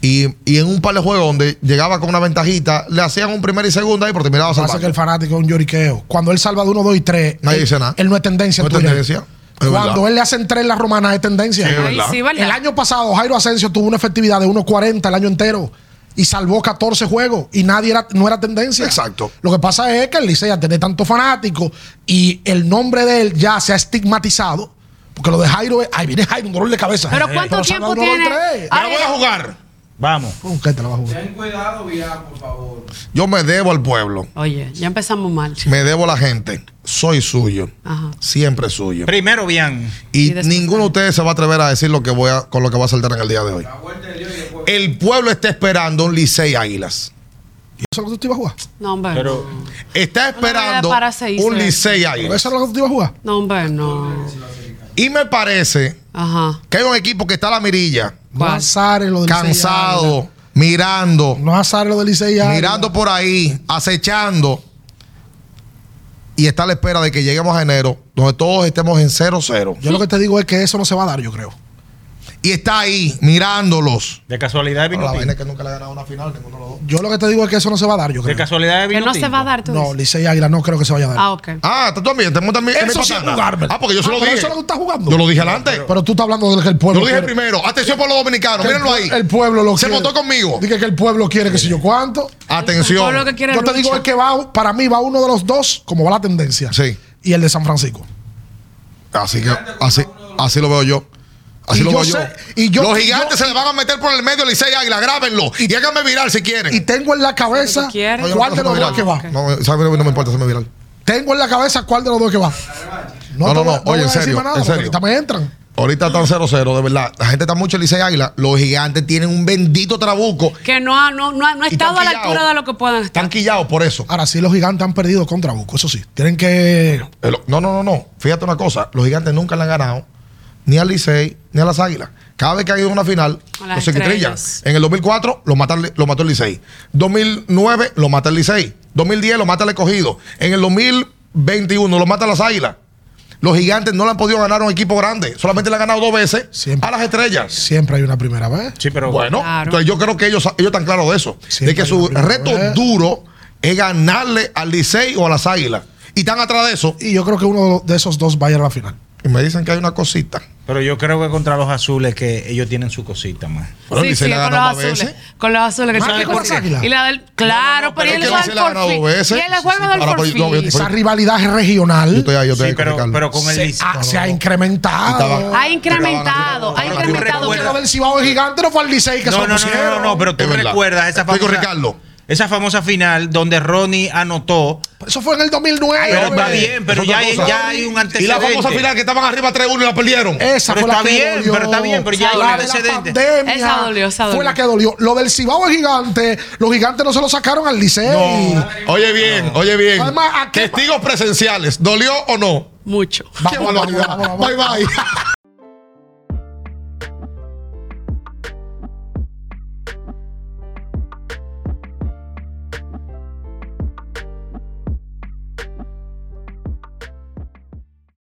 S2: Y, y en un par de juegos donde llegaba con una ventajita, le hacían un primera y segunda y por terminaba
S1: Pasa que
S2: salvando.
S1: el fanático es un lloriqueo. Cuando él salva de 1, 2 y 3,
S2: Nadie
S1: él,
S2: dice nada.
S1: él no es tendencia.
S2: No
S1: en
S2: es
S1: Twitter.
S2: tendencia, es
S1: Cuando
S2: verdad.
S1: él le hacen tres en la romana, es tendencia.
S2: Sí, es
S3: Ay,
S2: verdad.
S3: sí, ¿verdad?
S1: El año pasado, Jairo Asensio tuvo una efectividad de 1.40 el año entero y salvó 14 juegos y nadie era, no era tendencia.
S2: Exacto.
S1: Lo que pasa es que el Licey, al tener tantos fanáticos y el nombre de él ya se ha estigmatizado, porque lo de Jairo es, ay, viene Jairo, un dolor de cabeza.
S3: Pero
S1: Ay,
S3: ¿cuánto
S1: salva
S3: tiempo
S1: uno, dos y
S3: tiene?
S1: tres.
S3: Ah,
S2: ¡Me la voy a jugar!
S4: Vamos.
S1: ¿Con qué te la vas a jugar?
S5: Ten cuidado, ya, por favor.
S2: Yo me debo al pueblo,
S3: Oye, ya empezamos mal.
S2: me debo a la gente. Soy suyo,
S3: Ajá.
S2: siempre suyo.
S4: Primero, bien.
S3: Y
S2: Y
S3: después-
S2: ninguno de ustedes se va a atrever a decir lo que voy a, con lo que va a saltar en el día de hoy.
S5: La vuelta de Dios y después.
S2: El pueblo está esperando un Licey Águilas.
S1: ¿Y eso es lo que tú te ibas a jugar?
S3: No, hombre.
S4: Pero
S2: Está
S3: Una
S2: esperando
S3: vida para seis,
S2: un
S3: eh.
S2: Licey
S1: ¿Pero
S2: Águilas.
S1: ¿Eso es lo que tú te ibas a jugar?
S3: No, hombre, no.
S2: Y me parece
S3: Ajá.
S2: que hay un equipo que está a la mirilla,
S1: No
S3: ¿Cuál?
S1: azares lo del Licey Águila.
S2: cansado, mirando,
S1: No azares lo del Licey Águila.
S2: mirando por ahí, acechando. Y está a la espera de que lleguemos a enero, donde todos estemos en 0-0.
S1: Yo lo que te digo es que eso no se va a dar, yo creo.
S2: Y está ahí, mirándolos.
S4: de casualidad de
S2: Pero la
S4: vino
S2: vaina es
S4: tinto.
S2: que nunca le ha ganado una final, ninguno de los dos.
S1: Yo lo que te digo es que eso no se va a dar, yo
S4: De
S1: creo.
S4: casualidad de
S3: Que
S4: vino
S3: no se
S4: tinto.
S3: va a dar tú.
S1: No,
S3: dices.
S1: Licey Águila no creo que se vaya a dar.
S3: Ah, ok.
S2: Ah, tú también, tenemos también. en mi
S1: Eso sí es
S2: patana.
S1: jugármela.
S2: Ah, porque yo se
S1: Ah,
S2: lo
S1: pero
S2: dije.
S1: eso es lo que tú estás jugando.
S2: Yo lo dije adelante.
S1: Pero tú estás hablando de que el
S2: Yo
S1: pueblo.
S2: lo dije
S1: quiere-
S2: primero. Atención por los dominicanos,
S1: que el
S2: mírenlo ahí.
S1: pue- El pueblo lo
S2: Se
S1: quiere.
S2: votó conmigo.
S1: Dije que el pueblo quiere que si yo cuánto.
S2: Atención.
S3: Todo lo que quiere
S1: Yo te
S3: Lucho.
S1: digo es que va, para mí va uno de los dos, como va la tendencia.
S2: Sí.
S1: Y el de San Francisco.
S2: Así que así, así lo veo yo. Así
S1: Y
S2: lo
S1: yo
S2: veo yo.
S1: sé- y yo-
S2: Los
S1: y
S2: gigantes
S1: yo-
S2: se le van a meter por el medio Licey Águila, grábenlo. Y háganme viral si quieren.
S1: Y tengo en la cabeza
S3: Lo que quiere.
S2: No, yo no
S1: cuál de
S2: quiero
S1: los
S2: hacerme
S1: dos que va.
S2: viral. No, ¿sabes? no me importa hacerme viral.
S1: Tengo en la cabeza cuál de los dos que va.
S2: No,
S1: te
S2: no,
S1: voy-
S2: no. Oye,
S1: voy a
S2: en
S1: decir
S2: serio,
S1: más nada,
S2: en
S1: porque
S2: serio.
S1: ahorita me entran.
S2: Ahorita están 0-0, de verdad. La gente está mucho en Licey Águila. Los gigantes tienen un bendito trabuco.
S3: Que no ha, no, no ha, no ha
S2: Y están
S3: estado a la
S2: quillados.
S3: altura de lo que puedan estar.
S2: Están quillados por eso.
S1: Ahora sí, los gigantes han perdido contra Buco, eso sí. Tienen que.
S2: El- No, no, no, no. Fíjate una cosa. Los gigantes nunca le han ganado ni al Licey ni a las Águilas. Cada vez que ha ido a una final,
S3: A las
S2: los se quitrillan.
S3: estrellas.
S2: En el 2004 lo, mata- lo mató el Licey. 2009 lo mata el Licey. 2010 lo mata el escogido. En el 2021 lo mata las Águilas. Los gigantes no le han podido ganar a un equipo grande. Solamente le han ganado dos veces
S1: Siempre.
S2: a las estrellas.
S1: Siempre hay una primera vez.
S4: Sí, pero
S2: Bueno,
S3: Claro.
S2: entonces yo creo que ellos, ellos están claros de eso.
S1: Siempre
S2: de que
S1: hay ¿eh?
S2: su
S1: una primera
S2: reto
S1: vez.
S2: duro es ganarle al Licey o a las Águilas. Y están atrás de eso.
S1: Y yo creo que uno de esos dos va a ir a la final.
S2: Y me dicen que hay una cosita.
S4: Pero yo creo que contra los azules que ellos tienen su cosita más.
S2: Bueno,
S3: sí,
S2: Licey le
S3: sí,
S2: ha
S3: con los
S2: ganado más
S3: azules.
S2: veces.
S3: Con los azules que
S1: Más
S3: son
S1: que con las
S3: cosas.
S1: águilas.
S3: Y la del. Claro,
S4: pero
S3: pero y
S2: es
S3: el
S2: que
S3: juego
S2: Licey le ha ganado
S3: del
S2: dos veces.
S3: forfí. Y el
S2: Sí, sí,
S3: juego del
S2: ahora, pues, yo- yo-
S3: forfí.
S1: Esa rivalidad regional.
S2: Yo estoy ahí, yo estoy
S4: Sí,
S2: ahí con
S4: pero,
S2: Ricardo.
S4: pero con Ah, el
S1: se,
S4: Licey.
S1: ah, se ha
S2: Estaba-
S1: incrementado.
S3: Ha incrementado, ha
S2: Pero tú
S3: incrementado.
S1: Porque
S4: recuerdas-
S1: lo del Cibao gigante no fue al Licey que se
S4: No,
S1: lo
S4: no, no, no, no,
S1: pusieron.
S4: no, pero tú
S2: Es verdad.
S4: recuerdas esa
S2: Estoy
S4: famosa,
S2: con Ricardo.
S4: esa famosa final donde Ronnie anotó.
S1: Eso fue en el 2009.
S4: Pero
S1: hombre.
S4: está bien, pero
S2: es otra
S4: ya, hay-
S2: cosa.
S4: ya hay un
S2: Y
S4: antecedente.
S2: la famosa final que estaban arriba 3-1 y la perdieron.
S3: Eh,
S1: Esa
S4: Pero
S1: fue la
S4: está
S1: que
S4: bien,
S1: dolió.
S4: pero está bien, pero ya hay un
S1: la de la
S4: antecedente.
S1: pandemia
S3: Esa dolió, esa
S1: Fue
S3: dolió.
S1: la que dolió. Lo del Cibao gigante, los gigantes no se lo sacaron al Licey.
S2: No. Oye bien, oye bien.
S1: Además, ¿a qué-
S2: Testigos presenciales, ¿dolió o no?
S3: Mucho.
S2: Qué
S1: Vamos, vamos,
S2: barbaridad.
S1: vamos, vamos.
S2: Bye bye.